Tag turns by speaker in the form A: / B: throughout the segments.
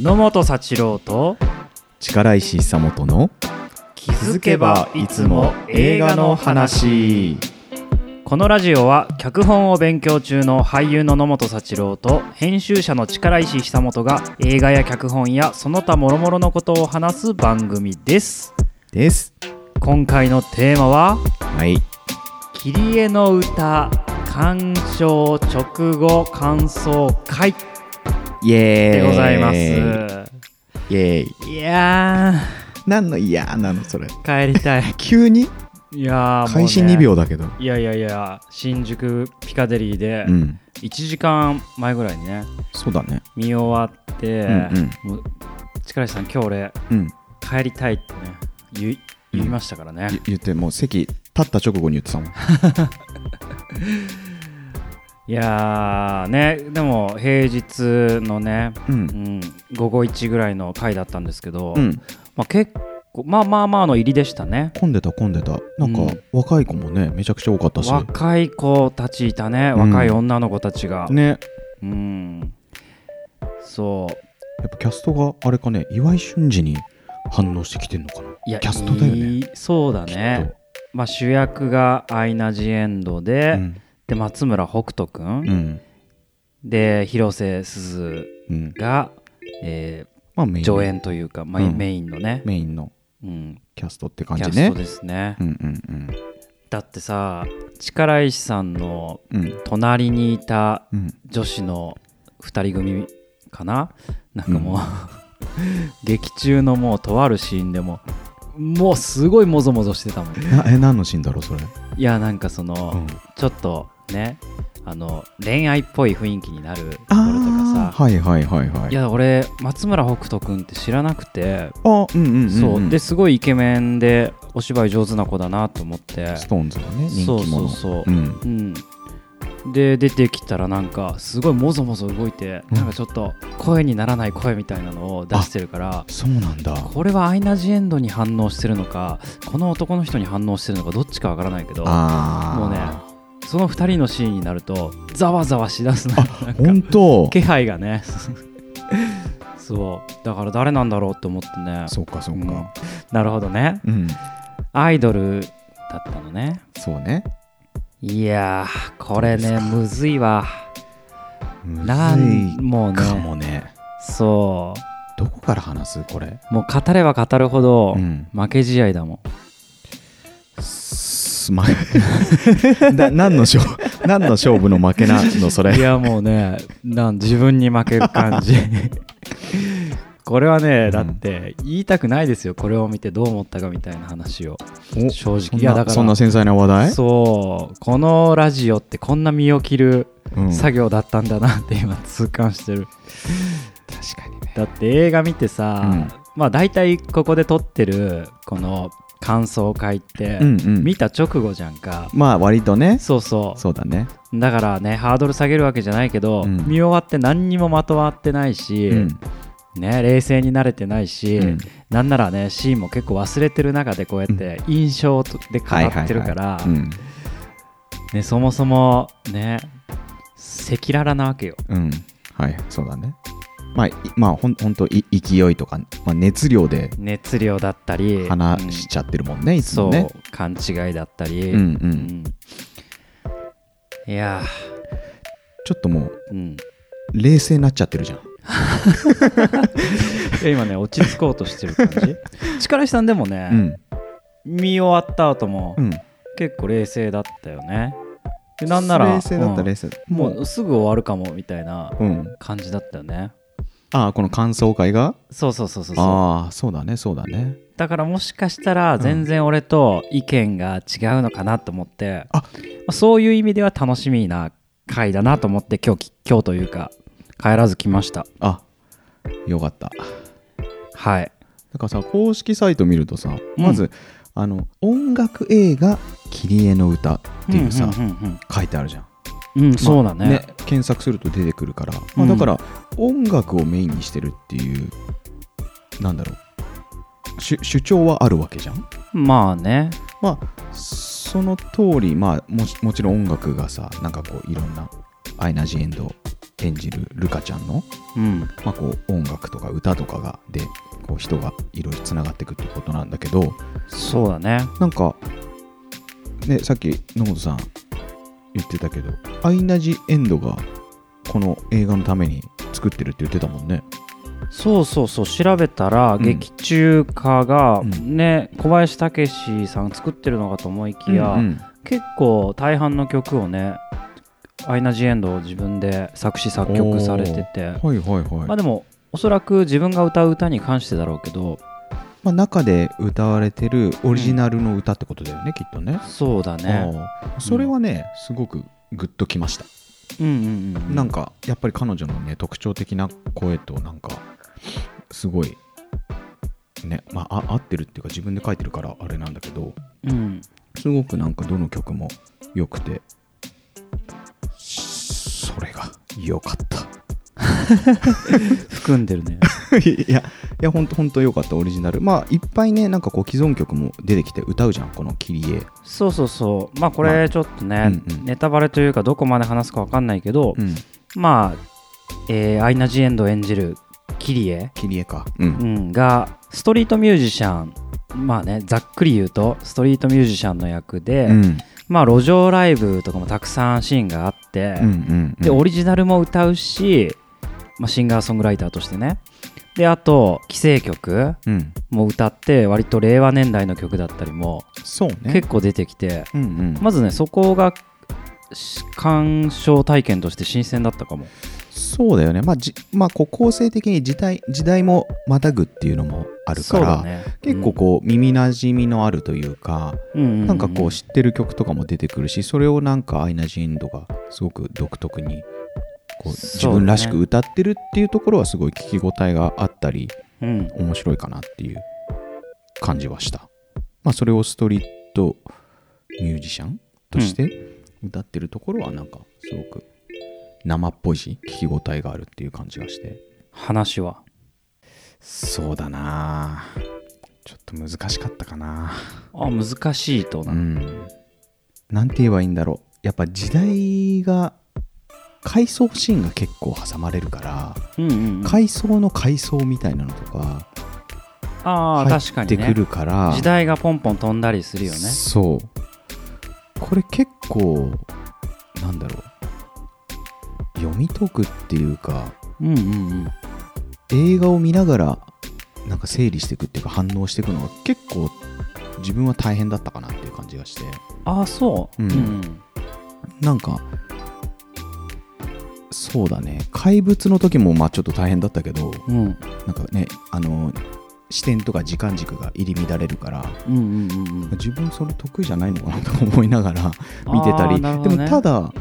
A: 野本幸郎と
B: 力石久本の
A: 気
B: 気づけばいつも映画の話
A: このラジオは脚本を勉強中の俳優の野本幸郎と編集者の力石久本が映画や脚本やその他諸々のことを話す番組です
B: です
A: 今回のテーマは
B: はい
A: 「切り絵の歌鑑賞直後感想会」
B: イエーイ
A: でございます、
B: イエーイ
A: いや
B: 何のいやーなのそれ
A: ー帰りたい
B: 急に
A: いやーもうね
B: 開始2秒だけど
A: いやいやいや新宿ピカデリーで
B: うん
A: 1時間前ぐらいにね
B: そうだね
A: 見終わって、
B: うん
A: もう力石さん今日俺
B: うん
A: 帰りたいってね言い言いましたからね、
B: ゆ言ってもう席立った直後に言ってたもん
A: いやーねでも平日のね、
B: う
A: うんん、午後1ぐらいの回だったんですけど、
B: うん
A: まあ、結構まあまあまあの入りでしたね
B: 混んでた混んでたなんか、
A: うん
B: 若い子もねめちゃくちゃ多かったし
A: 若い子たちいたね
B: うん
A: 若い女の子たちが、
B: ね
A: うん、そう
B: やっぱキャストがあれかね岩井俊二に反応してきてんのかない
A: や
B: キャストだよね
A: いいそうだね、まあ、主役がアイナ・ジ・エンドで、
B: きっとうん
A: で松村北斗くん、
B: うん
A: で広瀬すず
B: うん
A: が、え
B: まあメイ
A: ー
B: ン
A: 上演というか、まあ
B: うん
A: メインのね、
B: メインの
A: うん、
B: キャストって感
A: キ
B: じ
A: ャ
B: ね
A: ストですね、
B: うんうん
A: だってさ力石さんの
B: うんうん
A: 隣にいた
B: うん
A: 女子の2人組かななんかもう、
B: う
A: 劇中のもうとあるシーンでももうすごいもぞもぞしてたもん
B: なえ何のシーンだろうそれ、
A: いやなんかその、
B: うん、
A: ちょっとねあの恋愛っぽい雰囲気になるところとかさ、
B: はいはいはいはい
A: い、や俺松村北斗君って知らなくて、
B: あうんうんんん
A: そうですごいイケメンでお芝居上手な子だなと思って
B: ストーンズのね人
A: そう
B: 気者
A: そうそう
B: う、ん
A: うん、で出てきたらなんかすごいもぞもぞ動いて、
B: うん
A: なんかちょっと声にならない声みたいなのを出してるから
B: そうなんだ
A: これはアイナ・ジ・エンドに反応してるのかこの男の人に反応してるのかどっちかわからないけど
B: あ
A: もうねその2人のシーンになるとざわざわしだすな なんか
B: 本当
A: 気配がねそうだから誰なんだろうと思ってね
B: そうかそううんか
A: なるほどね
B: うん、
A: アイドルだったのね
B: そうね
A: いやーこれ
B: どう
A: ね
B: です
A: むずいわ
B: む
A: なん
B: ず
A: もう
B: いか
A: ね
B: もね
A: そ
B: どこから話すこれ
A: うもう語れば語るほど、
B: うん
A: 負け試合だもん
B: すま な何の勝何の勝負の負けなのそれ
A: いやもうねなん自分に負ける感 じこれはねだって言いたくないですよこれを見てどう思ったかみたいな話を正
B: おそん
A: 直
B: ない
A: やだから
B: そんな繊細な話題
A: そうこのラジオってこんな身を切る
B: うん
A: 作業だったんだなって今痛感してる、
B: 確かにね
A: だって映画見てさ、
B: うん
A: まあ大体ここで撮ってるこの感想会って、
B: うんうん
A: 見た直後じゃんか
B: まあ割とね
A: そうそう
B: そうだね
A: だからねハードル下げるわけじゃないけど、
B: うん
A: 見終わって何にもまとまってないし、
B: うん
A: ね、冷静になれてないし、
B: うん
A: なんならねシーンも結構忘れてる中でこうやって印象とで語ってるから、
B: はいはいはいうん
A: ね、そもそもね赤裸々なわけよ
B: うん、はい、そうだね。まあ、いまあ、ほんほんとい勢いとか、まあ、熱量で
A: 熱量だったり
B: 話しちゃってるもんね、
A: うん
B: いつもね
A: そ。う勘違いだったり、
B: うんう、
A: うんんいや
B: ちょっとも
A: ー、う
B: う
A: ん、
B: 冷静になっちゃってるじゃん。
A: いや今ね落ち着こうとしてる感じ 力石さんでも
B: う
A: ね、
B: ん、
A: 見終わった後も
B: うん、
A: 結構冷静だったよねでなんなら
B: 冷静だった、
A: うん
B: 冷静だった。
A: も
B: も
A: う
B: う、
A: すぐ終わるかもみたいな
B: うん、
A: 感じだったよね
B: ああ、この感想会が。
A: そうそうそうそうそう
B: ああ、そうだね、そうだね。
A: だからもしかしたら全然俺と意見が違うのかなと思って、
B: あ
A: まあそういう意味では楽しみな回だなと思って今日き今日というか帰らず来ました
B: あ、よかった。
A: はい
B: なんかさ、公式サイト見るとさ、まず、あの、音楽映画切り絵の歌っていうさ、
A: んうん
B: 書いてあるじゃ
A: う
B: ん。
A: んうんそうだね,、
B: ね検索すると出てくるから、
A: う
B: まあ、
A: ん
B: だから音楽をメインにしてるっていう、なんだろう主主張はあるわけじゃん
A: まあね
B: まあその通りまあもしもちろん音楽がさなんかこういろんなアイナ・ジ・エンド演じるルカちゃんの、
A: うん
B: まあ、こう音楽とか歌とかがでこう人がいろいろつながっていくってことなんだけど
A: そうだね
B: なんか、ね、さっき野本さん言ってたけどアイナ・ジ・エンドがこの映画のために作ってるって言ってたもんね。
A: そうそうそう調べたら、
B: うん
A: 劇中歌が、
B: うん
A: ね小林武史さん作ってるのかと思いきや、
B: うんうん
A: 結構大半の曲をねアイナ・ジ・エンドを自分で作詞作曲されてて
B: はいはいはい。
A: まあでもおそらく自分が歌う歌に関してだろうけど
B: まあ、中で歌われてるオリジナルの歌ってことだよね、きっとね。
A: そうだね
B: ああそれはね、すごくグッときました、
A: うんうんうん
B: なんかやっぱり彼女のね特徴的な声となんかすごいねまああ合ってるっていうか自分で書いてるからあれなんだけど
A: うん
B: すごくなんかどの曲も良くてそれが良かった
A: 含んでるね
B: いやいやほんとほんと良かったオリジナルまあいっぱいねなんかこう既存曲も出てきて歌うじゃんこの「キリエ
A: そうそうそうまあこ
B: ま
A: れちょっとね、
B: うんうん
A: ネタバレというかどこまで話すか分かんないけど」、
B: うん
A: まあ、えーアイナ・ジ・エンド演じるキリエ、
B: 「キリエか」うん
A: うん、がストリートミュージシャンまあねざっくり言うとストリートミュージシャンの役で、
B: うん
A: まあ路上ライブとかもたくさんシーンがあって、
B: うんうん
A: でオリジナルも歌うし、まあ、シンガーソングライターとしてねであと既成曲
B: うん
A: も歌って割と令和年代の曲だったりも
B: そうね
A: 結構出てきて、
B: うんうん
A: まずねそこがし鑑賞体験として新鮮だったかも
B: そうだよね、まあじまあ、こう構成的に時代時代もまたぐっていうのもあるか
A: そう
B: ら、
A: だね
B: 結構こう耳なじみのあるというか、
A: うん、うんうんうん
B: なんかこう知ってる曲とかも出てくるしそれをなんかアイナ・ジ・エンドがすごく独特にこう
A: そ
B: 自
A: うだね
B: 分らしく歌ってるっていうところはすごい聞き応えがあったり
A: うん、
B: 面白いかなっていう感じはした、まあ、それをストリートミュージシャンとして歌ってるところはなんかすごく生っぽいし聞き応えがあるっていう感じがして
A: 話は
B: そうだなあちょっと難しかったかな
A: あ難しいと
B: う
A: な、
B: んなんて言えばいいんだろうやっぱ時代が回想シーンが結構挟まれるから
A: うんうんうん
B: 回想の回想みたいなのとか
A: ああ
B: 入
A: 確か
B: っ
A: に
B: てく
A: ね
B: るから
A: 時代がポンポン飛んだりするよね
B: そうこれ結構なんだろう読み解くっていうか
A: うんうんうん
B: 映画を見ながらなんか整理していくっていうか反応していくのが結構自分は大変だったかなっていう感じがして
A: ああそう、
B: うんなんかそうだね怪物の時もまあちょっと大変だったけど
A: うんうん
B: なんかねあの視点とか時間軸が入り乱れるから
A: うんうんうんうん
B: 自分それ得意じゃないのかなとか思いながら見てた
A: あー
B: り、
A: なるほ
B: で
A: どね
B: もただ、ま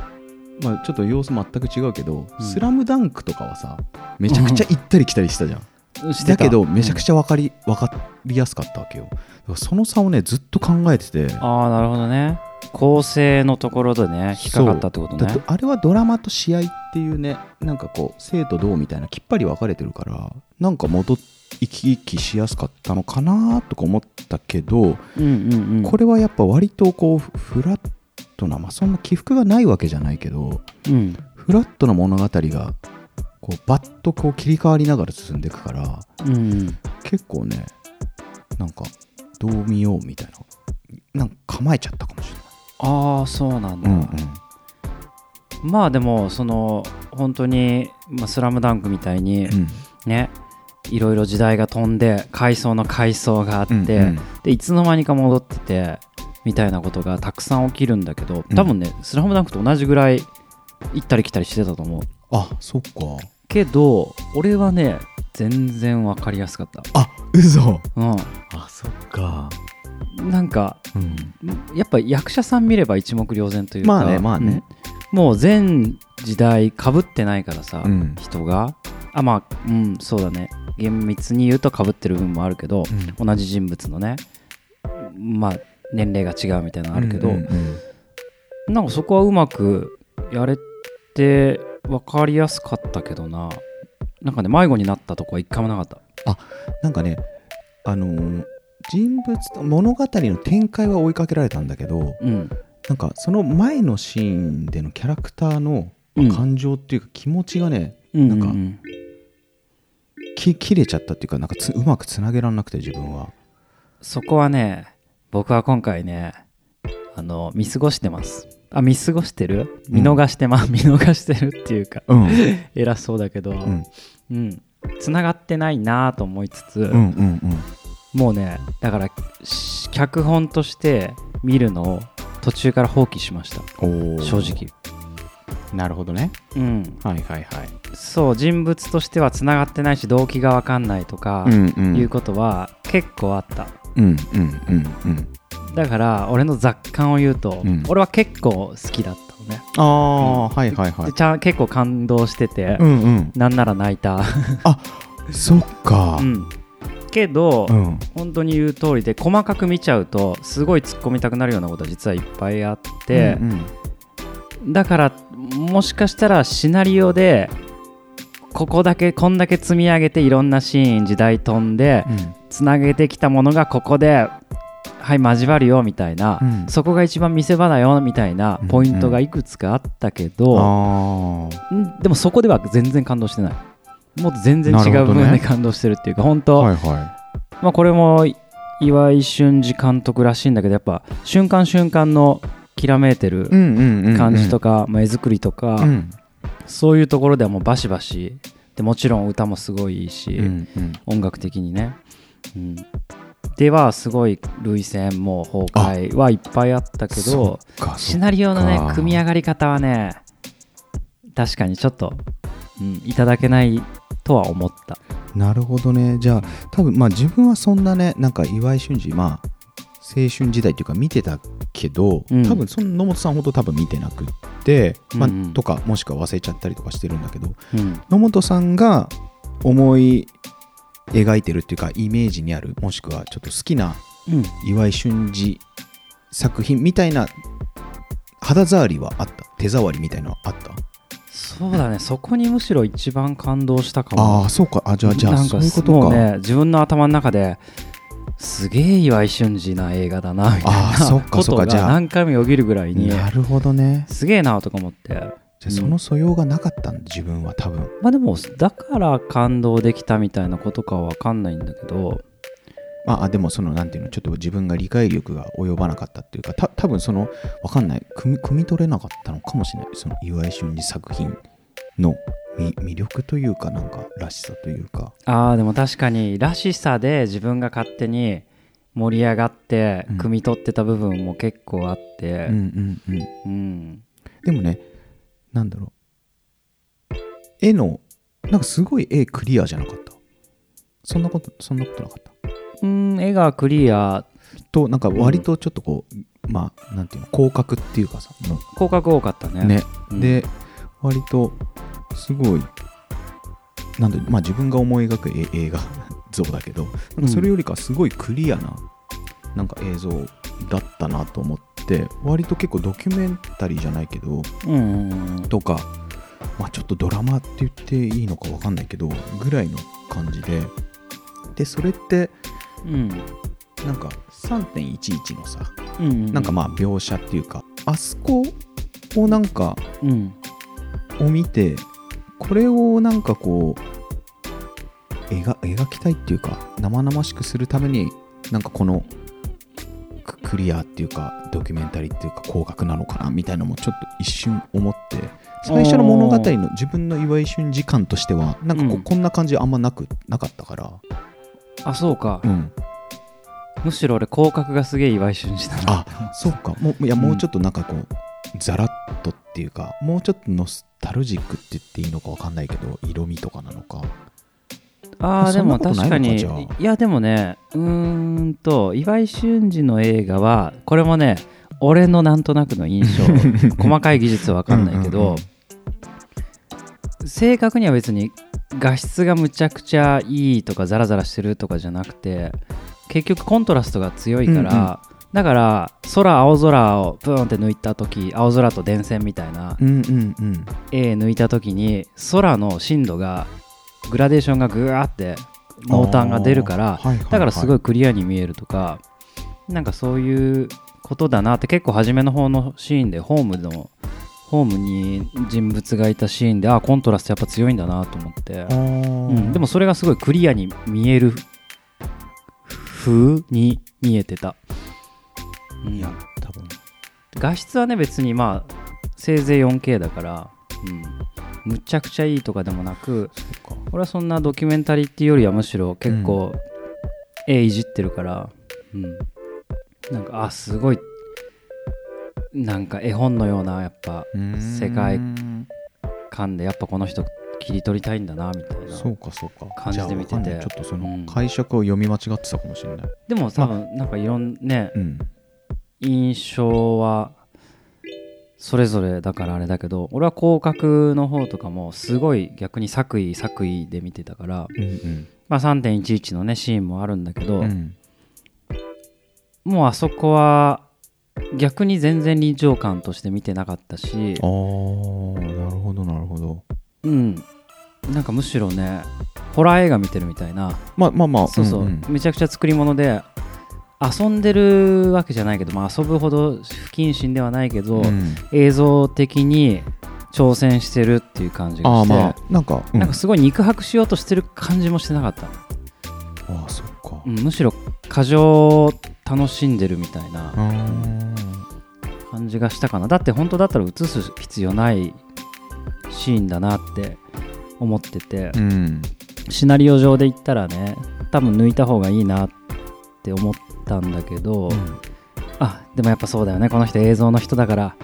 B: あ、ちょっと様子全く違うけど「
A: うん
B: スラムダンクとかはさめちゃくちゃ行ったり来たりしたじゃん、
A: して
B: だ
A: た
B: けどめちゃくちゃ分かり分かりやすかったわけよだからその差をねずっと考えてて
A: ああなるほどね構成のところでね引っかかったってこと
B: だって
A: ね
B: あれはドラマと試合っていうねなんかこう生と動みたいなきっぱり分かれてるからなんか戻っ行き来しやすかったのかなとか思ったけど、
A: うんうんうん
B: これはやっぱ割とこうフフラットな、まあ、そんな起伏がないわけじゃないけど
A: うん
B: フラットな物語がこうバッとこう切り替わりながら進んでいくから
A: うんうん
B: 結構ねなんかどう見ようみたいななんか構えちゃったかもし
A: ああそうなん
B: れ
A: だ、
B: ない、
A: まあでもその本当にまあスラムダンクみたいに
B: うん
A: ね、いろいろ時代が飛んで階層の階層があって、
B: うんうん
A: でいつの間にか戻っててみたいなことがたくさん起きるんだけど
B: うん
A: 多分ね「スラムダンクと同じぐらい行ったり来たりしてたと思う
B: あそっか
A: けど俺はね全然分かりやすかった
B: あ嘘
A: う
B: あそっか、
A: んなんか
B: うん、
A: やっぱ役者さん見れば一目瞭然というか
B: まあねまあね、
A: うんもう全時代かぶってないからさ、
B: うん
A: 人があまあうんそうだね厳密に言うとかぶってる部分もあるけど、同じ人物のねまあ年齢が違うみたいなのあるけど、
B: うんうん
A: なんかそこはうまくやれて分かりやすかったけどななんかね迷子になったとこは一回もなかった
B: なんかねあのー人物と物語の展開は追いかけられたんだけど
A: うん
B: なんかその前のシーンでのキャラクターのまあ
A: うん
B: 感情っていうか気持ちがね、
A: うん
B: なんか
A: う
B: き切れちゃったっていうかなんかつうまくつなげられなくて自分は
A: そこはね僕は今回ねあの見過ごしてますあ見過ごしてる見逃してます、 見逃してるっていうか
B: うん
A: 偉そうだけど
B: う
A: うん
B: ん
A: つながってないなぁと思いつつ、
B: うんうんうん
A: もうねだからし脚本として見るのを途中から放棄しました
B: おー
A: 正直
B: なるほどね
A: うん
B: はいはいはい
A: そう人物としてはつながってないし動機が分かんないとか
B: うんうん
A: いうことは結構あった、
B: うんうんうんうん
A: だから俺の雑感を言うと、
B: うん
A: 俺は結構好きだったのね、
B: ああ、はいはいはい
A: でちゃん結構感動してて、
B: うんうん
A: なんなら泣いた、
B: そっ か
A: うん、けど、
B: うん
A: 本当に言う通りで細かく見ちゃうとすごい突っ込みたくなるようなことは実はいっぱいあって
B: う、んうん
A: だからもしかしたらシナリオでここだけこんだけ積み上げていろんなシーン時代飛んでつなげてきたものがここではい交わるよみたいな、
B: うん
A: そこが一番見せ場だよみたいなポイントがいくつかあったけど、
B: あ
A: んでもそこでは全然感動してないもっと全然違
B: なる
A: う
B: ほど
A: 部
B: ね
A: 分で感動してるっていうか、本当、
B: あはいは
A: まあ、これも岩井俊二監督らしいんだけどやっぱ瞬間瞬間のきらめいて
B: い
A: る
B: んうんうん
A: 感じと
B: か
A: か、まあ、絵作りとか、
B: うん
A: そういうところではもうバシバシでもちろん歌もすごいいいし、
B: うんうん
A: 音楽的にね、うん、ではすごい涙腺も崩壊はいっぱいあったけど
B: そっかそ
A: シ
B: っ
A: ナリオの
B: そっ
A: ね
B: か
A: 組み上がり方はね確かにちょっと、うん、いただけないとは思った
B: なるほどねじゃあ多分まあ自分はそんなねなんか岩井俊二まあ青春時代っていうか見てたけど、
A: うん
B: 多分その野本さんほど多分見てなくって、まあ
A: うんうん
B: とかもしくは忘れちゃったりとかしてるんだけど
A: うん
B: 野本さんが思い描いてるっていうかイメージにあるもしくはちょっと好きな
A: うん
B: 岩井俊二作品みたいな肌触りはあった手触りみたいなのはあった
A: そうだねそこにむしろ一番感動したかも
B: ああそうかあじゃあじゃあ
A: なん
B: そう
A: か
B: いうことか
A: もうね自分の頭の中ですげえ岩井俊二な映画だなみたい
B: あーそっ
A: な
B: か
A: こと
B: そっか
A: が
B: じゃあ
A: 何回もよぎるぐらいに
B: なるほどね
A: すげえなとか思って
B: じゃあその素養がなかったんだ自分は多分、
A: まあでもだから感動できたみたいなことかは分かんないんだけど
B: まああでもそのなんていうのちょっと自分が理解力が及ばなかったっていうかた多分そのわかんない組み汲み取れなかったのかもしれないその岩井俊二作品のみ魅力というかなんからしさというか
A: あーでも確かにらしさで自分が勝手に盛り上がって
B: うん
A: 汲み取ってた部分も結構あっ
B: うん
A: て
B: うんうん
A: うん
B: でもねなんだろう絵のなんかすごい絵クリアじゃなかったそんなことそんなことなかった
A: うん絵がクリア
B: となんか割とちょっとこう、まあなんていうの広角っていうかさの
A: 広角多かったね
B: ね、
A: うん
B: で割とすごいなんでまあ自分が思い描くえ映画像だけどなんかそれよりかすごいクリアななんか映像だったなと思って割と結構ドキュメンタリーじゃないけど
A: うんうんうん
B: とか、まあ、ちょっとドラマって言っていいのかわかんないけどぐらいの感じででそれって
A: うん
B: なんか3.11のさ
A: うんうん
B: なんかまあ描写っていうかあそこをなんか
A: うん
B: を見てこれをなんかこう描描きたいっていうか生々しくするためになんかこのククリアっていうかドキュメンタリーっていうか広角なのかなみたいなのもちょっと一瞬思って最初の物語の自分の岩井俊二感としてはなんかこう、
A: うん
B: こんな感じあんまなくなかったから、
A: あそうか、
B: うん、
A: むしろ俺広角がすげえ岩井俊二だな
B: あそうかもういや
A: うん
B: もうちょっとなんかこう、ザラッとっていうかもうちょっとノスタルジックって言っていいのかわかんないけど色味とかなのか
A: あーで
B: そんな
A: も
B: こと
A: 確
B: ないのか
A: かに
B: じゃあ
A: いやでもねうーんと岩井俊二の映画はこれもね俺のなんとなくの印象 細かい技術は分かんないけど
B: うんうん
A: 正確には別に画質がむちゃくちゃいいとかザラザラしてるとかじゃなくて結局コントラストが強いから、
B: うんうん
A: だから空青空をブーンって抜いた時青空と電線みたいな
B: うんうんうん
A: 絵抜いた時に空の深度がグラデーションがぐわーって濃淡が出るから、
B: あーはいはいはい
A: だからすごいクリアに見えるとかなんかそういうことだなって結構初めの方のシーンでホームのホームに人物がいたシーンでああコントラストやっぱ強いんだなと思って、うん、でもそれがすごいクリアに見える風に見えてた、うん
B: いや多分
A: 画質はね別にまあせいぜい 4K だから、うん、むちゃくちゃいいとかでもなく
B: そっか
A: 俺はそんなドキュメンタリーっていうよりはむしろ結構絵いじってるから、うんなんかあすごいなんか絵本のようなやっぱ世界感でやっぱこの人切り取りたいんだなみたいな
B: そうかそうか
A: 感じで見てて
B: じゃあわかんないちょっとそ
A: うん
B: の解釈を読み間違ってたかもしれない、
A: でも多分なんかいろんね
B: うん、
A: 印象はそれぞれだからあれだけど俺は広角の方とかもすごい逆に作為作為で見てたから、
B: うん
A: まあ、3.11のねシーンもあるんだけど、
B: うん
A: もうあそこは逆に全然臨場感として見てなかったし
B: あ、ーなるほどなるほど
A: うん、なんかむしろねホラー映画見てるみたいな
B: まあまあまあ
A: そうそう、
B: んん
A: めちゃくちゃ作り物で遊んでるわけじゃないけど、まあ、遊ぶほど不謹慎ではないけど、
B: うん
A: 映像的に挑戦してるっていう感じ
B: あ
A: が
B: あ
A: して、
B: まあなんか,、うん、
A: なんかすごい肉薄しようとしてる感じもしてなかった、
B: ああそっか、
A: うん、むしろ過剰を楽しんでるみたいな
B: あ
A: 感じがしたかなだって本当だったら映す必要ないシーンだなって思ってて
B: ー、うん
A: シナリオ上で言ったらね多分抜いた方がいいなって思ったんだけど、あでもやっぱそうだよねこの人映像の人だから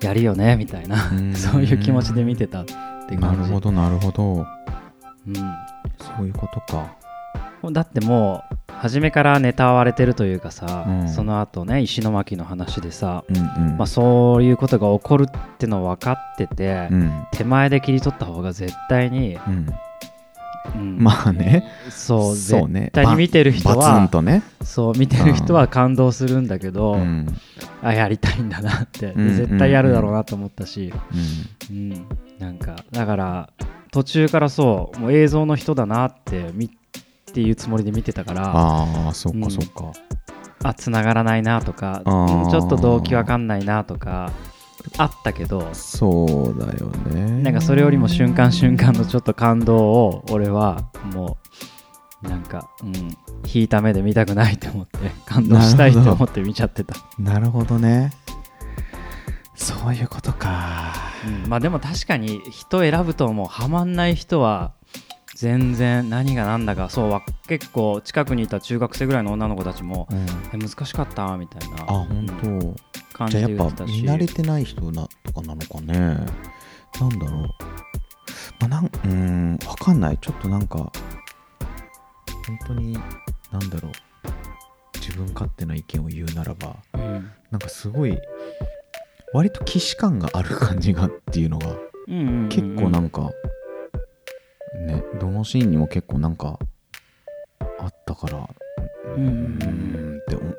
A: やるよねみたいな
B: うん
A: そういう気持ちで見てたって
B: な
A: 感じ
B: るほどなるほど
A: う
B: そういうことか
A: ん、だってもう初めからネタ割れてるというかさ、
B: うん
A: その後ね石巻の話でさ、
B: うんうん
A: まあ、そういうことが起こるっての分かってて、
B: うん
A: 手前で切り取った方が絶対に、
B: うん、
A: うん
B: まあね
A: そう
B: そうね
A: 絶対に見てる人
B: バツン
A: は
B: とね、
A: そう見てる人は感動するんだけど、
B: うん
A: あやりたいんだなって、で
B: うん
A: 絶対やるだろうなと思ったし、
B: うん
A: うん、なんかだから途中からそうもう映像の人だなって見っていうつもりで見てたから
B: ああそっ
A: う
B: か
A: ん
B: そっか、
A: あ繋がらないなとか
B: あー
A: うんちょっと動機わかんないなとかあったけど
B: そうだよね
A: なんかそれよりも瞬間瞬間のちょっと感動を俺はもうなんか、うん、引いた目で見たくないと思 って感動したいと思って見ちゃってた、
B: なるほどねそういうことか
A: うんまあでも確かに人選ぶと思うハマんない人は全然何が何だかそうわ結構近くにいた中学生ぐらいの女の子たちも
B: うん
A: え難しかったみたいな
B: あ本
A: うん
B: 当。
A: 感
B: じ
A: じ
B: ゃあ
A: で
B: やっ
A: 言
B: ぱ
A: ってたし
B: 見慣れてない人なとかなのかねなんだろう、まあ、なんうーんわかんないちょっとなんか本当になんだろう自分勝手な意見を言うならば
A: うん
B: なんかすごい割と既視感がある感じがっていうのが
A: うんうんうんうん
B: 結構なんか、ねどのシーンにも結構なんかあったからう
A: うんう
B: ー
A: ん
B: んっておなんか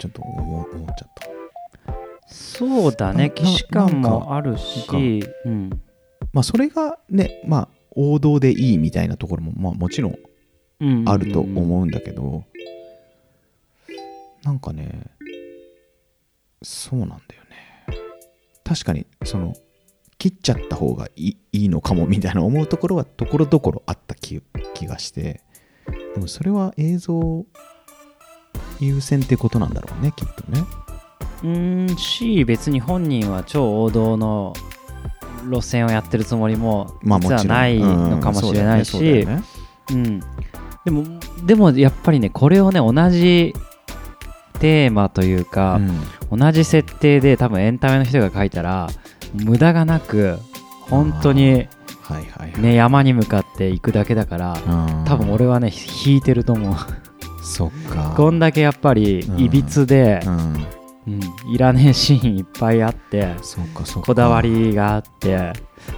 B: ちょっと思思っちゃった
A: そうだ
B: な
A: ね
B: な
A: 既視感もあるしうん
B: まあそれがねまあ王道でいいみたいなところもまあもちろん
A: うんうんうん
B: あると思うんだけど、なんかねそうなんだよね確かにその切っちゃった方がいいいいのかもみたいな思うところはところどころあった気気がしてでもそれは映像優先ってことなんだろうねきっとね
A: うーんし別に本人は超王道の路線をやってるつもりも
B: まあも
A: 実は
B: ちろん
A: ないのかもしれないし、
B: うんそうだよね
A: うん、でもでもやっぱりねこれをね同じテーマという
B: そうだ
A: か、
B: よね
A: 同じ設定で多分エンタメの人が書いたら無駄がなく本当に、
B: うんはいはいはい、
A: ね、山に向かっていくだけだから
B: うん
A: 多分俺はね引いてると思う
B: そっか
A: こんだけやっぱり
B: うん
A: いびつで
B: う、ん
A: うんいらねえシーンいっぱいあって
B: そうかそうか
A: こだわりがあって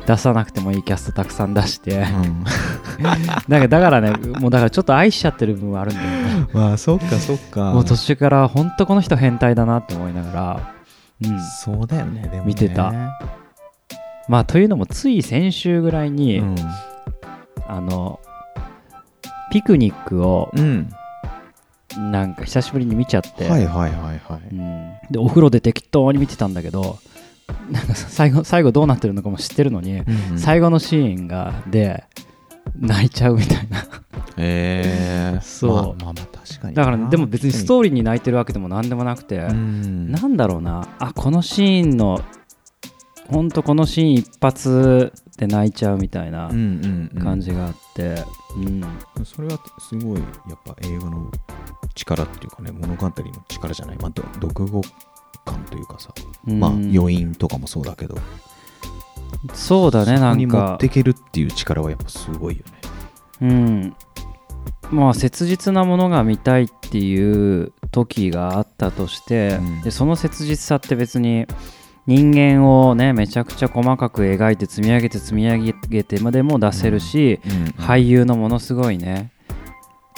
A: 出さなくてもいいキャストたくさん出して
B: うん
A: なんかだからねもうだからちょっと愛しちゃってる部分はあるんだよね
B: まあそっかそっか
A: もう途中から本当この人変態だなって思いながら、うん、
B: そうだよねでもね
A: 見てたまあというのもつい先週ぐらいに、
B: うん
A: あのピクニックを
B: うん
A: なんか久しぶりに見ちゃって、
B: はいはいはいは
A: う
B: い
A: ん、でお風呂で適当に見てたんだけどなんか最後最後どうなってるのかも知ってるのに、最後のシーンがで泣いちゃうみたいな
B: えー、
A: そう
B: まあまあまあ確かに
A: だからねでも別にス
B: ー
A: トーリーに泣いてるわけでも何でもなくて、
B: うん
A: なんだろうなあこのシーンのほんとこのシーン一発で泣いちゃうみたいな
B: うんうんうん
A: 感じがあって、うん
B: それはすごいやっぱ映画の力っていうかね物語の力じゃない、まあ、ど独語感というかさ、まあ
A: うん
B: 余韻とかもそうだけど
A: そうだねな
B: に
A: ん
B: 持
A: か
B: っていけるっていう力はやっぱすごいよね
A: うんまあ切実なものが見たいっていう時があったとして、
B: うん
A: でその切実さって別に人間をねめちゃくちゃ細かく描いて積み上げて積み上げてまでも出せるし、俳優のものすごいね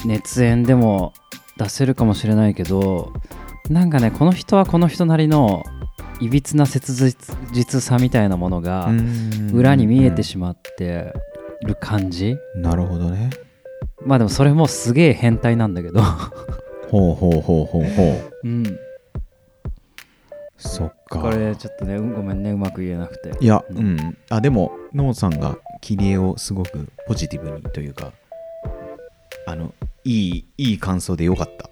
A: 熱演でも出せるかもしれないけどなんかねこの人はこの人なりのいびつな切実さみたいなものが裏に見えてしまってる感じ、
B: まうなるほどね
A: まあでもそれもすげえ変態なんだけど
B: ほうほうほうほうほ
A: う
B: う
A: ん
B: そっか
A: これちょっとねうんごめんねうまく言えなくて
B: いや、
A: う
B: うんん、あ、でも、ノーさんが切り絵をすごくポジティブにというか、あの、いい、いい感想でよかった。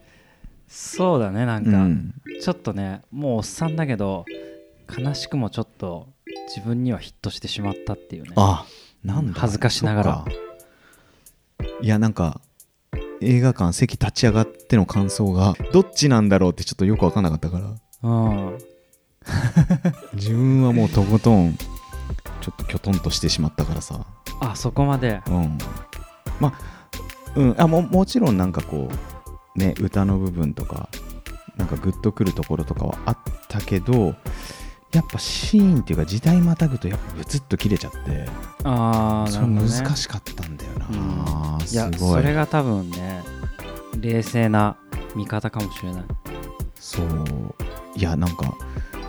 A: そうだねなんか、
B: うん
A: ちょっとねもうおっさんだけど悲しくもちょっと自分にはヒットしてしまったっていうね
B: あ、なんだ。
A: 恥ずかしながら
B: そっか。いや、なんか、映画館席立ち上がっての感想が、どっちなんだろうってちょっとよくわかんなかったから、
A: うん
B: 自分はもうとことん、ちょっときょとんとしてしまったからさ。
A: あそこまで
B: うん、まあ,、うん、あももちろんなんかこうね歌の部分とかなんかグッとくるところとかはあったけどやっぱシーンっていうか時代またぐとやっぱブツッと切れちゃって
A: ああ
B: そ
A: な
B: れ
A: るほど、ね、
B: 難しかったんだよな、
A: うんいや
B: すご
A: そ
B: い
A: れが多分ね冷静な見方かもしれない
B: そういやなんか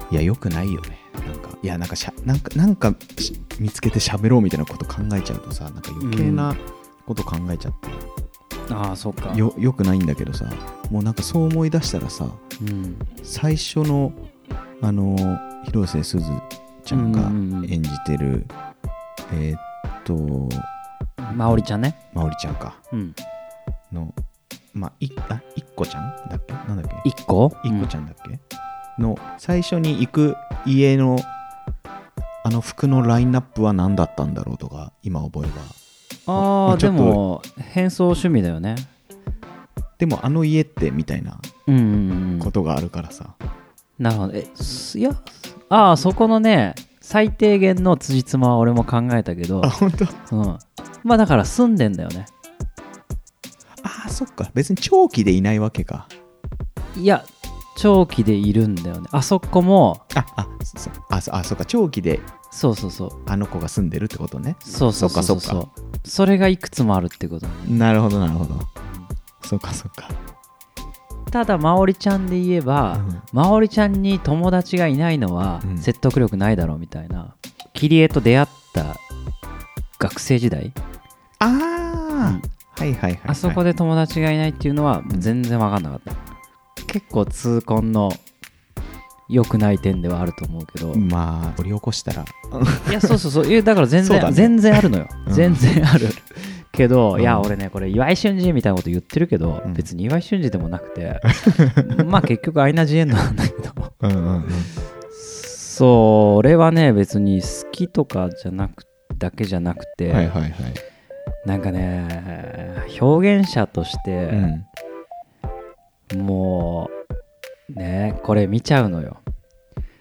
B: いやよくないよねなんかいやなんかしゃなんかなんかし見つけて喋ろうみたいなこと考えちゃうとさなんか余計なこと考えちゃって、
A: ああそっか
B: よよくないんだけどさもうなんかそう思い出したらさ
A: うん
B: 最初のあの広瀬すずちゃんが演じてる、えーっと
A: まおりちゃんね
B: まおりちゃんか
A: うん
B: のまあいあいっこちゃんだっけなんだっけ
A: 1個
B: いっこちゃんだっけ、の最初に行く家のあの服のラインナップは何だったんだろうとか今覚えば
A: あ
B: ま
A: あ
B: あち
A: で
B: ょっと
A: も変装趣味だよね
B: でもあの家ってみたいな
A: うんうんうん
B: ことがあるからさ、
A: なるほどえすいやああそこのね最低限の辻褄は俺も考えたけど
B: あ、本当
A: うん、まあだから住んでんだよね
B: ああそっか別に長期でいないわけか
A: いや長期でいるんだよねあそこも
B: ああそあそあそっか長期で
A: そうそうそう
B: あの子が住んでるってことね
A: そうそうそうそう
B: そっか
A: そうそれがいくつもあるってこと
B: なるほどなるほどそっかそっか
A: ただまおりちゃんで言えば、まおりちゃんに友達がいないのは
B: うん
A: 説得力ないだろうみたいなキリエと出会った学生時代
B: ああー、はいはいはい、はい、
A: あそこで友達がいないっていうのは全然分かんなかった、結構痛恨の良くない点ではあると思うけど、い
B: まあ掘り起こしたら
A: やそうそうそういやだから全
B: そう
A: 然、
B: だね
A: 全然あるのよ、
B: うん
A: 全然あるけど、
B: うん
A: いや俺ねこれ岩井俊二みたいなこと言ってるけど、
B: うん
A: 別に岩井俊二でもなく てまあ結局アイナ・ジ・エンドなんだけど
B: うんうんうん
A: それはね別に好きとかじゃなくだけじゃなくて、
B: はいはいはい、
A: なんかね表現者として、
B: うん、
A: もうねこれ見ちゃうのよ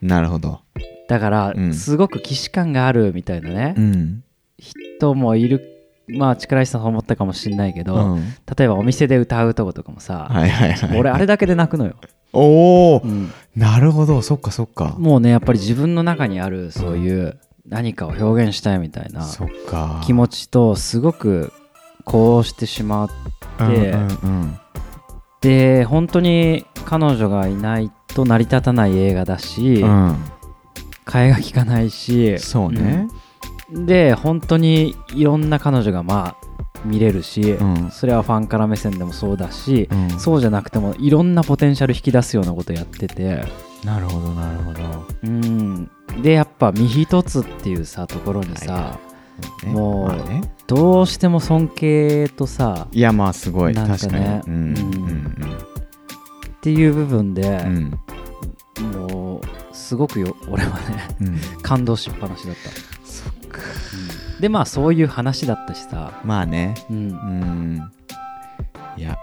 B: なるほど
A: だから、
B: うん
A: すごく既視感があるみたいなね、
B: うん、
A: 人もいるまあ力石さんは思ったかもしんないけど、
B: うん、
A: 例えばお店で歌うとことかもさ、
B: はいはいはい
A: 俺あれだけで泣くのよ、
B: おお、
A: うん
B: なるほどそっかそっか
A: もうねやっぱり自分の中にあるそういう何かを表現したいみたいな
B: そっか
A: 気持ちとすごくこうしてしまっ
B: うんうんうん
A: て本当に彼女がいないと成り立たない映画だし、替えが利かないし
B: そうね、
A: で本当にいろんな彼女がまあ見れるし、
B: うん
A: それはファンから目線でもそうだし、
B: うん
A: そうじゃなくてもいろんなポテンシャル引き出すようなことやってて
B: なるほどなるほど
A: うんでやっぱ身一つっていうさところにさ、
B: はいはね
A: もう
B: まあね
A: どうしても尊敬とさ
B: いやまあすごい、
A: なんか
B: 確か
A: ねう
B: にうんうんん
A: っていう部分で
B: う、ん
A: もうすごくよ俺はね
B: うん
A: 感動しっぱなしだった
B: そっか
A: うんでまあそういう話だったしさ、
B: まあね
A: うん
B: うんいや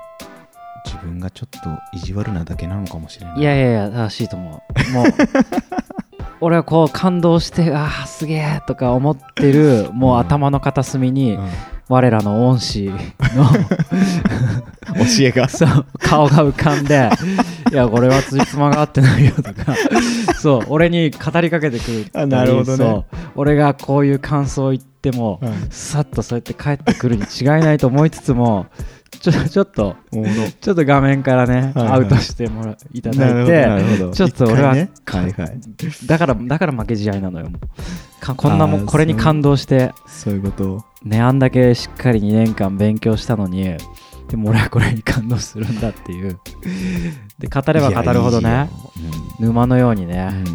B: 自分がちょっと意地悪なだけなのかもしれない
A: いやいやいや正しいと思う もう俺はこう感動してああすげえとか思ってるもう頭の片隅に、
B: うん
A: 我らの恩師の
B: 教えが
A: そう顔が浮かんで 「いやこれはつじつまが合ってないよ」とか そう俺に語りかけてくる
B: あなるほどね
A: そう俺がこういう感想を言っても、
B: うん
A: さっとそうやって帰ってくるに違いないと思いつつもちょちょっとちょっと画面からね、
B: はいはい
A: アウトしてもらいた
B: な
A: だ
B: る
A: い
B: ほどな
A: て
B: るほど
A: ちょっと俺は
B: 一回ねはいはい
A: だからだから負け試合なのよもうかこんなも
B: あ
A: ん
B: ー
A: これに感動して
B: そういうこと
A: ねあんだけしっかり2年間勉強したのにでも俺はこれに感動するんだっていうで語れば語るほどね
B: いやいいよ
A: 沼のように
B: う
A: ね、
B: ん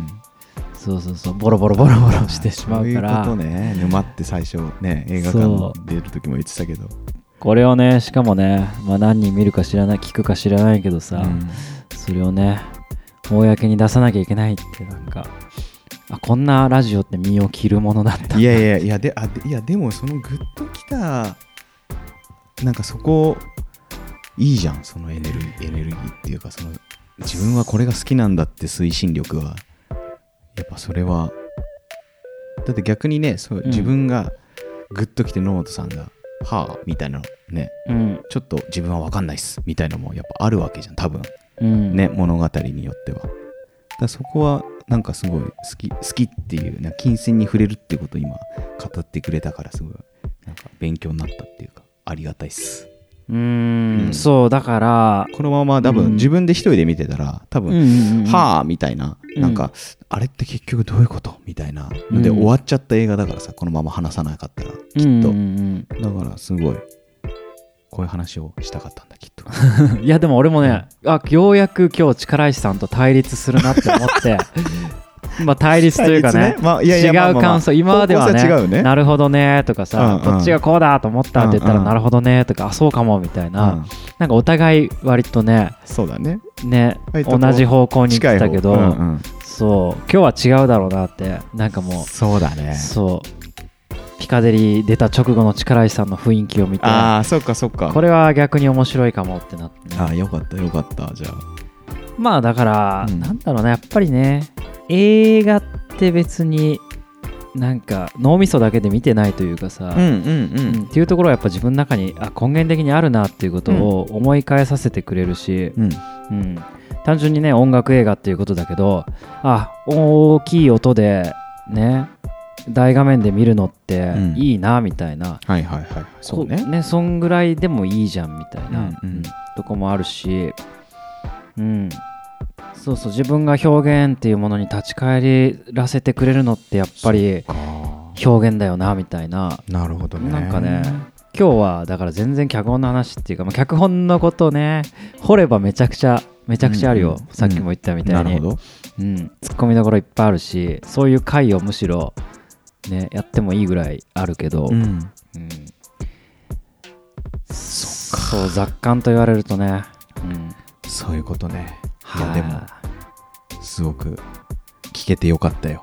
A: そうそうそうボロボロボロボロしてしまうか
B: そういう
A: ら
B: ことね沼って最初ね映画
A: そ
B: 館出る時も言ってたけど
A: これをねしかもね、まあ、何人見るか知らない聞くか知らないけどさ、
B: うん
A: それをね公に出さなきゃいけないってなんかあこんなラジオって身を切るものだった
B: いやいやいやであでいやでもそのグッときたなんかそこいいじゃんそのエネルギーエネルギーっていうかその自分はこれが好きなんだって推進力はやっぱそれはだって逆にねそう
A: うん
B: 自分がグッときて野本さんが「はあ」みたいなのね
A: うん
B: ちょっと自分は分かんないっすみたいなのもやっぱあるわけじゃん多分
A: うん
B: ね、物語によっては。だからそこはなんかすごい好き好きっていうなんか金銭に触れるってことを今語ってくれたからすごいなんか勉強になったっていうかありがたいっす
A: うー
B: うんん
A: そうだから
B: このまま多
A: うん
B: 分自分で一人で見てたら多分、
A: はあ
B: はあみたいな、
A: うん
B: なんかあれって結局どういうことみたいなので
A: うん
B: 終わっちゃった映画だからさこのまま話さなかったら
A: き
B: っと
A: っ
B: だからすごいこういう話をしたかったんだ きっと
A: といやでも俺もねあようやく今日力石さんと対立するなって思って まあ対立というかね
B: 対立まあいやいやまあ
A: 違う
B: まあまあ
A: 感想今までは
B: 方向性
A: ね
B: 違うね
A: なるほどねとかさ
B: うんうん
A: こっちがこうだと思ったって言った
B: うん
A: ら
B: うん
A: なるほどねとかあそうかもみたい
B: うん
A: ななんかお互い割とね
B: そうだね
A: ね
B: 割とこ
A: 同
B: う
A: じ方向に行っ
B: 近い
A: てた
B: 方
A: けど、
B: うんうん
A: そう今日は違うだろうなってなんかも
B: そうだ
A: う
B: ね
A: そうピカデリー出た直後の力石さんの雰囲気を見て
B: ああそっかそっか
A: これは逆に面白いかもってなってね、
B: ああよかったよかったじゃあ
A: まあだから、
B: うん
A: なんだろうねやっぱりね映画って別になんか脳みそだけで見てないというかさ、
B: んうんう
A: うんっていうところはやっぱ自分の中にあ根源的にあるなっていうことを思い返させてくれるし、
B: うん
A: うん、単純にね音楽映画っていうことだけどあ大きい音でね大画面で見るのって
B: うん
A: いいなみたいな、
B: はいはいはいそう
A: こ
B: ね
A: ねそんぐらいでもいいじゃんみたいな、
B: うんうん
A: とこもあるし、うん、そうそう自分が表現っていうものに立ち返らせてくれるのってやっぱり
B: か
A: 表現だよなみたいな
B: なるほどね
A: なんかね今日はだから全然脚本の話っていうか、まあ、脚本のことね掘ればめちゃくちゃめちゃくちゃあるよ、
B: うんうん
A: さっきも言ったみた
B: ない
A: に、
B: る
A: う
B: ほ
A: ん
B: ど
A: ツッコミどころいっぱいあるしそういう回をむしろ、ね、やってもいいぐらいあるけど、
B: うん
A: うんそっかそう雑感と言われるとね、うん、
B: そういうことねい
A: は
B: や
A: あ
B: でもすごく聞けてよか ったよ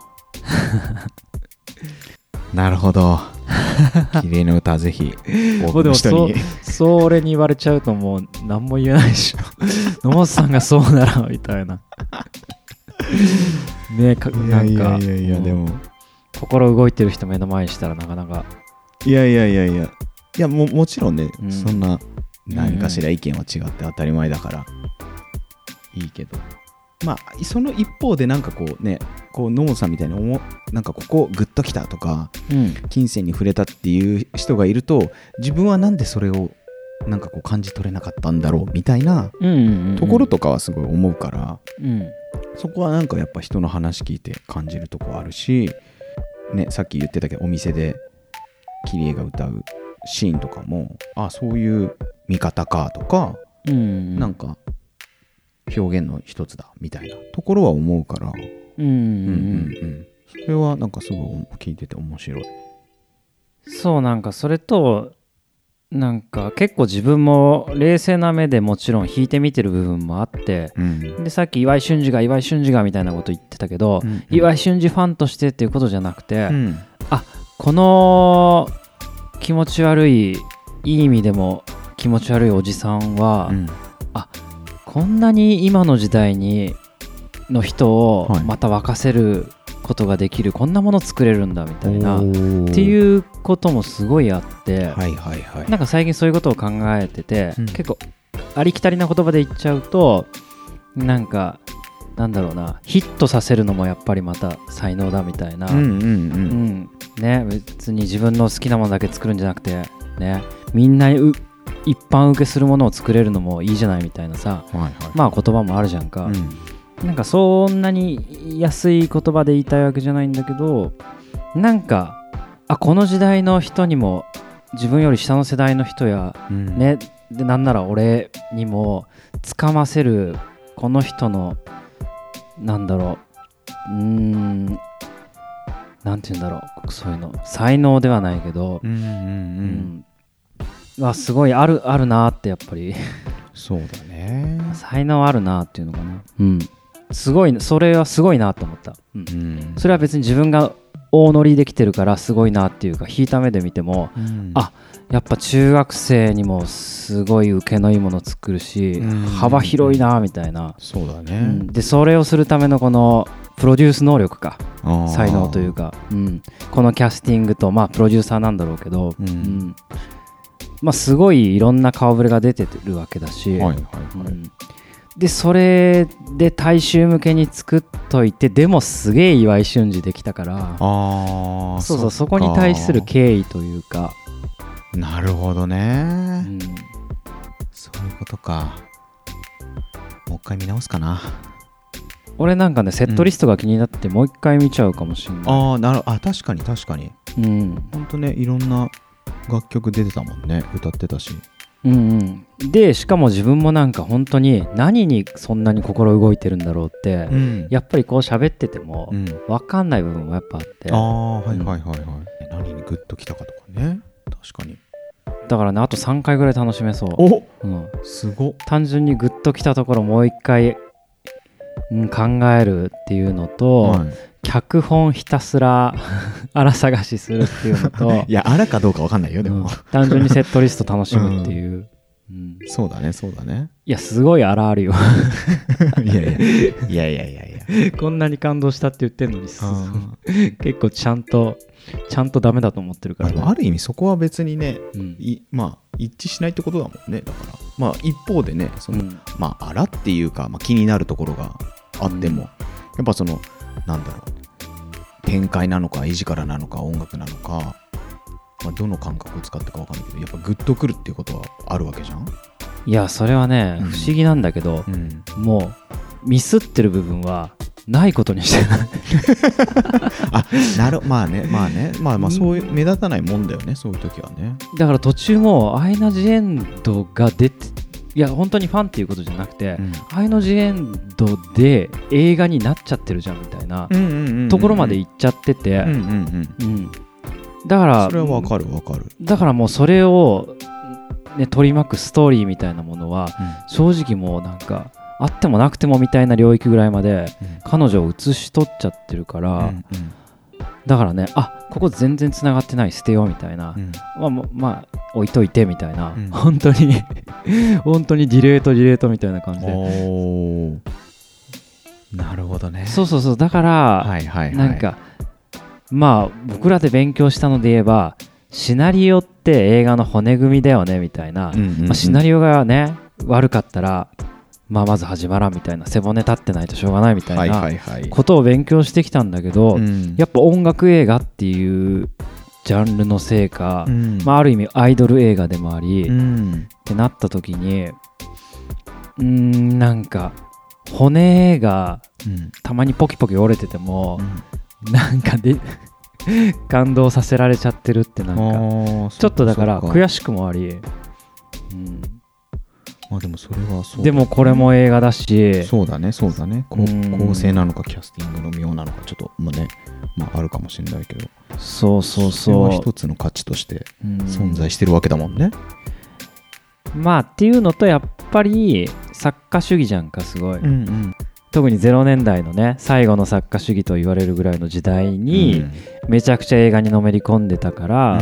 B: なるほ ど綺麗な歌ぜひ多
A: もう
B: く
A: で
B: の
A: も
B: 人
A: そう
B: に
A: そう俺に言われちゃうともう何も言えないで しょ野本さんがそうならみたいなねか
B: い
A: な
B: や
A: ん
B: い
A: か
B: やいやいやでも
A: 心動いてる人目の前にしたらなかなか
B: いやいやいやいやいやももちろんね、
A: うん
B: そんな何かしら意見は違って当たり前だから、いいけどまあその一方でなんかこうねこう野本さんみたいに思うなんかここグッときたとか
A: うん
B: 金銭に触れたっていう人がいると自分はなんでそれをなんかこう感じ取れなかったんだろうみたいな
A: うん
B: ところとかはすごい思うから、
A: うん
B: そこはなんかやっぱ人の話聞いて感じるとこあるし、ね、さっき言ってたけどお店でキリエが歌うシーンとかもあそういう見方かとか、
A: うん
B: なんか表現の一つだみたいなところは思うから、
A: うんうんう
B: うんうんんうんそれはなんかすごい聞いてて面白い。
A: そうなんかそれとなんか結構自分も冷静な目でもちろん弾いてみてる部分もあって
B: うん
A: でさっき岩井俊二が岩井俊二がみたいなこと言ってたけど、岩井俊二ファンとしてっていうことじゃなくて、
B: うん
A: この気持ち悪いいい意味でも気持ち悪いおじさんは、
B: うん
A: こんなに今の時代にの人を
B: はい
A: また沸かせることができる、こんなもの作れるんだみたいな
B: お
A: っ
B: ー
A: ていうこともすごいあって、
B: はいはいはい。
A: なんか最近そういうことを考えてて、
B: うん
A: 結構ありきたりな言葉で言っちゃうとなんかなんだろうなヒットさせるのもやっぱりまた才能だみたいな、
B: うんうんう。
A: うんんね、別に自分の好きなものだけ作るんじゃなくて、ね、みんなう一般受けするものを作れるのもいいじゃないみたいなさ
B: はいはい。
A: まあ言葉もあるじゃんか、
B: うん
A: なんかそんなに安い言葉で言いたいわけじゃないんだけどなんかあこの時代の人にも自分より下の世代の人や、
B: うん
A: ねでなんなら俺にもつかませるこの人のなんだろううーんなんて言うんだろうそういうの才能ではないけど、
B: うんうん
A: う
B: うん。
A: んあすごいあるあるなーってやっぱり
B: そうだね。
A: 才能あるなっていうのかなうんすごいそれはすごいなと思った、うん
B: うん
A: それは別に自分が大乗りできてるからすごいなっていうか引いた目で見ても
B: うん
A: あやっぱ中学生にもすごい受けのいいもの作るし
B: うん
A: 幅広いなみたいな、
B: そうだ
A: う
B: ね
A: ん。でそれをするためのこのプロデュース能力か
B: あー
A: 才能という。か、うん、このキャスティングとまあプロデューサーなんだろうけど、
B: うん
A: うんまあ、すごいいろんな顔ぶれが出てるわけだし、
B: はいはいは
A: う
B: い。
A: んでそれで大衆向けに作っといてでもすげえ岩井俊二できたから
B: ああ。
A: そうそう
B: っか
A: そこに対する敬意というか、
B: なるほど
A: う
B: ね。
A: ん
B: そういうことか。もう一回見直すかな。
A: 俺なんかねセットリストが気になってもう一回見ちゃうかもしんない、
B: ああ、なるあ、確かに確かに。
A: うん
B: ほんとね、いろんな楽曲出てたもんね。歌ってたし。
A: うんうん、でしかも自分もなんか本当に何にそんなに心動いてるんだろうって、
B: ん
A: やっぱりこう喋ってても
B: うん。
A: 分かんない部分もやっぱあって
B: ああ、はいはいはいはい。何にグッときたかとかね。確かに。
A: だからねあと3回ぐらい楽しめそう、
B: お
A: うん、
B: すごっ。
A: 単純にグッときたところもう一回、うん、考えるっていうのと、
B: はい
A: 脚本ひたすら 荒探しするっていうのと、
B: いや、あらかどうかわかんないよ、で
A: うん
B: も。
A: 単純にセットリスト楽しむっていう、うん
B: そうだね、そう だね。
A: いやすごい荒あるよ
B: いやいや、いやいやいやいや。
A: こんなに感動したって言ってんのにす
B: あ
A: 結構ちゃんとちゃんとダメだと思ってるから、
B: でもある意味そこは別にね、
A: うん
B: いまあ、一致しないってことだもんね。だから、まあ、一方でね、その、
A: うん
B: まあ、あらっていうか、まあ、気になるところがあっても、やっぱその、なんだろう、展開なのか、絵力なのか、音楽なのか、まあ、どの感覚を使ったかわかんないけど、やっぱグッとくるっていうことはあるわけじゃん。
A: いやそれはね
B: うん
A: 不思議なんだけど、
B: ん、
A: もうミスってる部分はないことにして ない
B: あなるまあね、まあね、まあま
A: う
B: あ、
A: ん
B: そういう、目立たないもんだよね、そういう時はね。
A: だから途中もアイナ・ジ・エンドが出ていや本当にファンっていうことじゃなくて、アイナ・ジ・エンドで映画になっちゃってるじゃんみたいな
B: うんうんうんうん
A: ところまで行っちゃってて、
B: うんうんうん。
A: うんだから
B: それはわかるわかる。
A: だからもうそれを、ね、取り巻くストーリーみたいなものは正直もうなんかあってもなくてもみたいな領域ぐらいまで彼女を写し取っちゃってるから、だからねあここ全然つながってない捨てようみたいな、まあ、もうまあ置いといてみたいな、
B: うん
A: 本当に 本当にディレートディレートみたいな感じで
B: おーなるほどね。
A: そうそうそうだから、
B: はいはいはい。
A: なんかまあ僕らで勉強したので言えばシナリオって映画の骨組みだよねみたいな、
B: うんうんうん、
A: まあ、シナリオがね悪かったら、まあ、まず始まらんみたいな背骨立ってないとしょうがないみたい
B: は
A: ない
B: はいはい、
A: ことを勉強してきたんだけど、
B: うん
A: やっぱ音楽映画っていうジャンルのせいか、
B: うん
A: まあ、ある意味アイドル映画でもあり、
B: うん
A: ってなった時にうーんなんか骨が
B: うん
A: たまにポキポキ折れてても
B: う、
A: なんかで 感動させられちゃってるってなんんか
B: あー
A: ちょっとだから
B: そう
A: 悔しくもあり、うん、
B: ままあでもそれはそうだ
A: でもこれも映画だし
B: そうだねそうだねこ
A: うん
B: う構成なのかキャスティングの妙なのかちょっとまあねまああるかもしれないけど
A: そうそう
B: れは
A: そう
B: 一つの価値として
A: うん
B: 存在してるわけだもんね、
A: まあっていうのとやっぱり作家主義じゃんかすごい、
B: んうん、
A: 特に0年代のね最後の作家主義と言われるぐらいの時代
B: い
A: に、めちゃくちゃ映画にのめり込んでたから、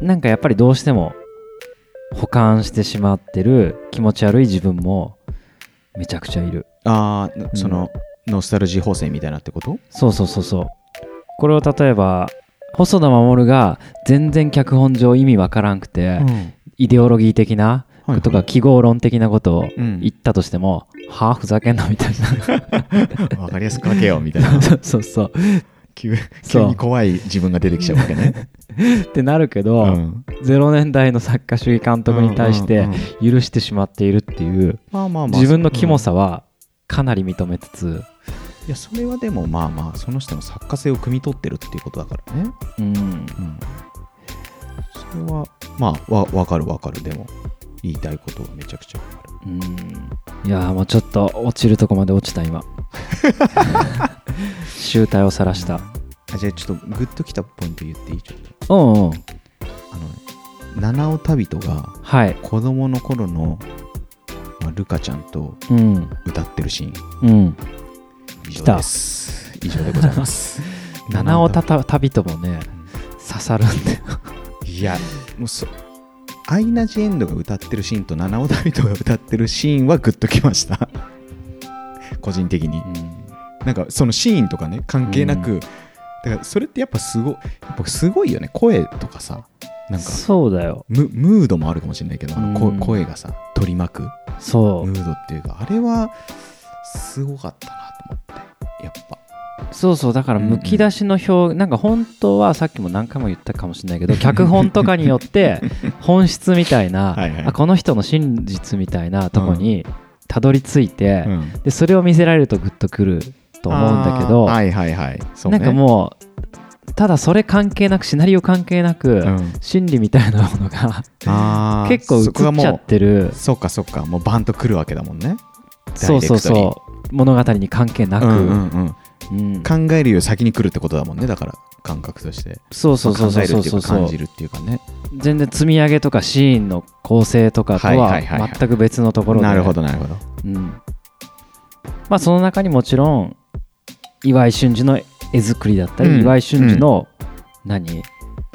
A: なんかやっぱりどうしても保管してしまってる気持ち悪い自分もめちゃくちゃいる
B: ああ
A: ん
B: その、ノスタルジー補正みたいなってこと
A: そうそうそうそうこれを例えば細田守が全然脚本上意味わからんくて、イデオロギー的な
B: はい
A: とか記号論的なことを
B: うん
A: 言ったとしても、はあふざけんなみたいな
B: わかりやすく書けよみたいな
A: そうそうそう
B: 急
A: そう
B: 急に怖い自分が出てきちゃうわけ ね、
A: ってなるけど、
B: うん、
A: 0年代の作家主義監督に対し
B: う
A: て
B: んうんうん
A: 許してしまっているっていう
B: まあまあまあ
A: 自分のキモ、さはかなり認めつつ、
B: うんいやそれはでもまあまあその人の作家性を汲み取ってるっていうことだからね、
A: うん、
B: うん、それはまあわわかるわかるでも言いたいことはめちゃくちゃわかる
A: うんいやーもうちょっと落ちるとこまで落ちた 今集大を晒した
B: あじゃあちょっとグッときたポイント言っていいちょっと
A: うんうん
B: あのね七尾旅人が
A: はい
B: 子供の頃の、まあ、ルカちゃんと
A: うん
B: 歌ってるシーン
A: うん
B: 以
A: 来た
B: 上です以上でございます
A: 七尾たた旅ともね刺さるんだよ
B: いやもうそアイナ・ジ・エンドが歌ってるシーンと七尾旅人が歌ってるシーンはグッときました 個人的になんかそのシーンとかね関係なく、だからそれってやっぱすごやっぱすごいよね声とかさなんか
A: そうだよ
B: ムムードもあるかもしれないけどあのこ
A: うん
B: 声がさ取り巻く
A: そ
B: ムードっていうかあれはすごかったなと思ってやっぱ
A: うそうそうだから
B: うんうん
A: むき出しの表なんか本当はさっきも何回も言ったかもしれないけど脚本とかによ って本質みたいな
B: はいはい
A: あこの人の真実みたいなとこにたどり着いて、
B: ん、
A: でそれを見せられるとグッとくると思うんだけど、
B: あーはいはいはいそう、ね、
A: なんかもうただそれ関係なくシナリオ関係なく、
B: うん
A: 心理みたいなものが
B: あー
A: 結構映
B: そこが
A: っちゃ
B: も
A: ってる
B: うそっかそっかもうバンとくるわけだもんね
A: そ
B: そうう
A: そう
B: ダイレク
A: そう物語に関係なく、
B: うんうんうん
A: うん
B: 考えるより先に来るってことだもんねだから感覚として
A: そうそうそう
B: 考
A: そう
B: える
A: そ
B: っ
A: う
B: てい
A: そうう
B: か感じるっていうかね
A: 全然積み上げとかシーンの構成とかと
B: はいは
A: はい
B: はいはい
A: 全く別のところで、
B: なるほどなるほど
A: うんまあその中にもちろん岩井俊二の絵作りだったり、
B: うん
A: 岩井俊二の何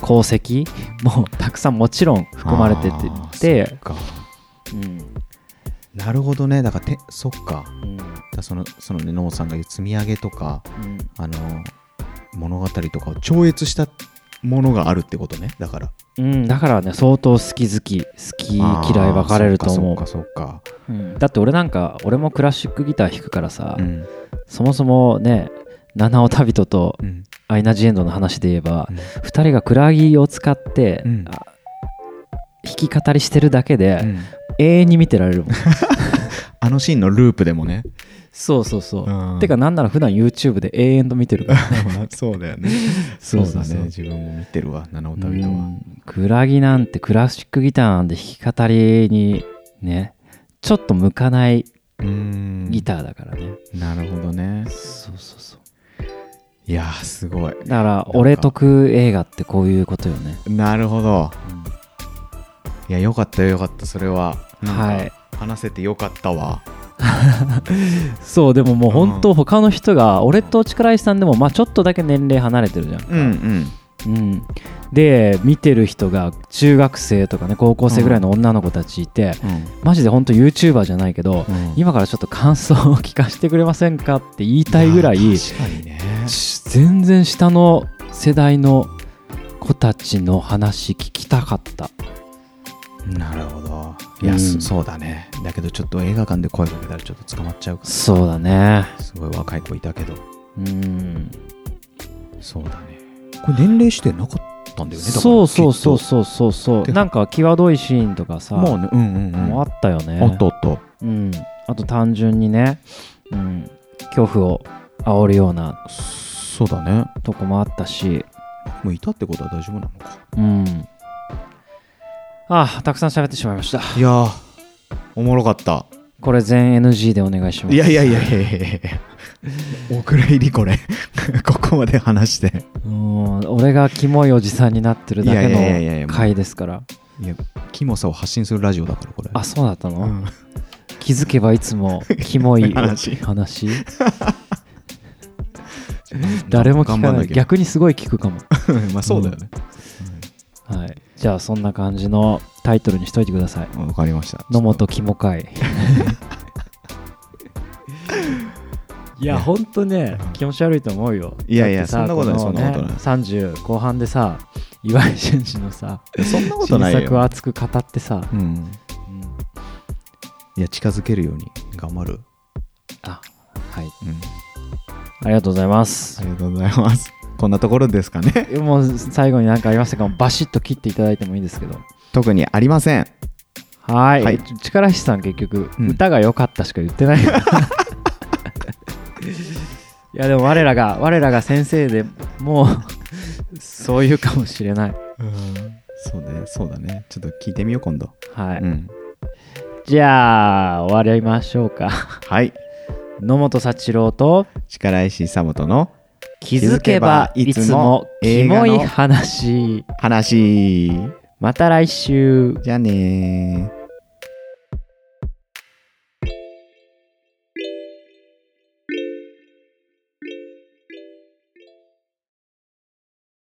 A: 功績 もたくさんもちろん含まれて
B: あー
A: て
B: そっか
A: うん
B: なるほどねだからてそっか
A: うん
B: だからそのそのねノーさんが言う積み上げとか
A: うん
B: あの物語とかを超越したものがあるってことねだから
A: うん、だからね相当好き好き好き嫌い分かれると思
B: あー
A: う、
B: そっかそっか
A: うんだって俺なんか俺もクラシックギター弾くからさ
B: そっ、かうん
A: そもそもね七尾旅人と
B: うん
A: アイナ・ジ・エンドの話で言えば、
B: うん
A: 二人がクラギを使って、
B: うん
A: あ弾き語りしてるだけで、
B: うん
A: 永遠に見てられるもん
B: あのシーンのループでもね
A: そうそうそう、
B: うん
A: てかなんなら普段 YouTube で永遠と見てるから
B: そうだよね。
A: そ
B: そう う
A: そうそう
B: だね。自分も見てるわ、七尾旅人
A: う
B: は。
A: んクラギなんてクラシックギターなんて弾き語りにねちょっと向かない
B: うん
A: ギターだからね、
B: なるほどね。
A: そうそうそう
B: いやー、すご
A: だ
B: い。
A: から俺得映画ってこういうことよね、
B: なるほど。いや、よかったよ、よかった、それは。
A: は
B: なん
A: い
B: か。話せてよかったわ。
A: そうでももう
B: うん
A: 本当他の人が俺と力石さんでもまあちょっとだけ年齢離れてるじゃん、
B: うん。
A: うんで見てる人が中学生とかね高校生ぐらいの女の子たちいて、マジで本当 YouTuber じゃないけど、
B: うん
A: 今からちょっと感想を聞かせてくれませんかって言いたいぐらい
B: まあ確かにね。
A: し全然下の世代の子たちの話聞きたかった
B: なるほど。いうや、
A: ん
B: そそうだね。だけど、ちょっと映画館で声かけたら、ちょっと捕まっちゃうか
A: そうだね
B: ら。すごい若い子いたけど。
A: うん
B: そうだね。これ、年齢指定なかったんだよね、だから
A: そうそう
B: きっと
A: そうそうそうそう
B: てか
A: なんか際どいシーンとかさ、
B: まあね、うんうんうん。
A: もうあったよね
B: あったあった。
A: うん、あと単純にね、うん、恐怖を煽るような
B: そうだね。
A: とこもあったし、
B: もういたってことは大丈夫なのか。
A: うん、ああたくさん喋ってしまいました
B: いやー、おもろかった
A: これ全 NG でお願いしま
B: い
A: す
B: やいやいやいやいやいやお蔵入りこれ ここまで話して
A: もう俺がキモいおじさんになってるだけ
B: いやいやいやいやいや
A: の回ですから
B: いやキモさを発信するラジオだからこれ
A: あそうだったの、
B: うん
A: 気づけばいつもキモ い
B: 話
A: 話誰も聞か
B: 頑張ん
A: な
B: き
A: い
B: ゃ
A: 逆にすごい聞くかも、
B: まあそうだよね
A: はい、じゃあそんな感じのタイトルにしといてください
B: わ、かりました
A: 野本キモ会いやほんとね気持ち悪いと思うよ
B: いやいや
A: だってさ
B: そんなことない
A: このね
B: そんなことない
A: 30後半でさ岩井俊二のさ
B: そんなこと
A: 新
B: ない
A: 作を
B: よ、
A: 熱く語ってさ、
B: うん、
A: うん
B: いや近づけるように頑張る、
A: あはい
B: うん、
A: ありがとうございます
B: ありがとうございますこんなところですかね
A: もう最後に何かありましたかバシッと切っていただいてもいいですけど
B: 特にありません
A: はい
B: はい
A: 力石さん結局、
B: うん
A: 歌が良かったしか言って ないいやでも我らが我らが先生でもうそういうかもしれない
B: そうねそうだねちょっと聞いてみよう今度、
A: はい、
B: うん、
A: じゃあ終わりましょうか
B: はい
A: 野本幸郎と
B: 力石久本の
A: 気
B: づけばいつも
A: キ
B: 映画
A: モ
B: の
A: い話
B: 話
A: また来週
B: じゃあねー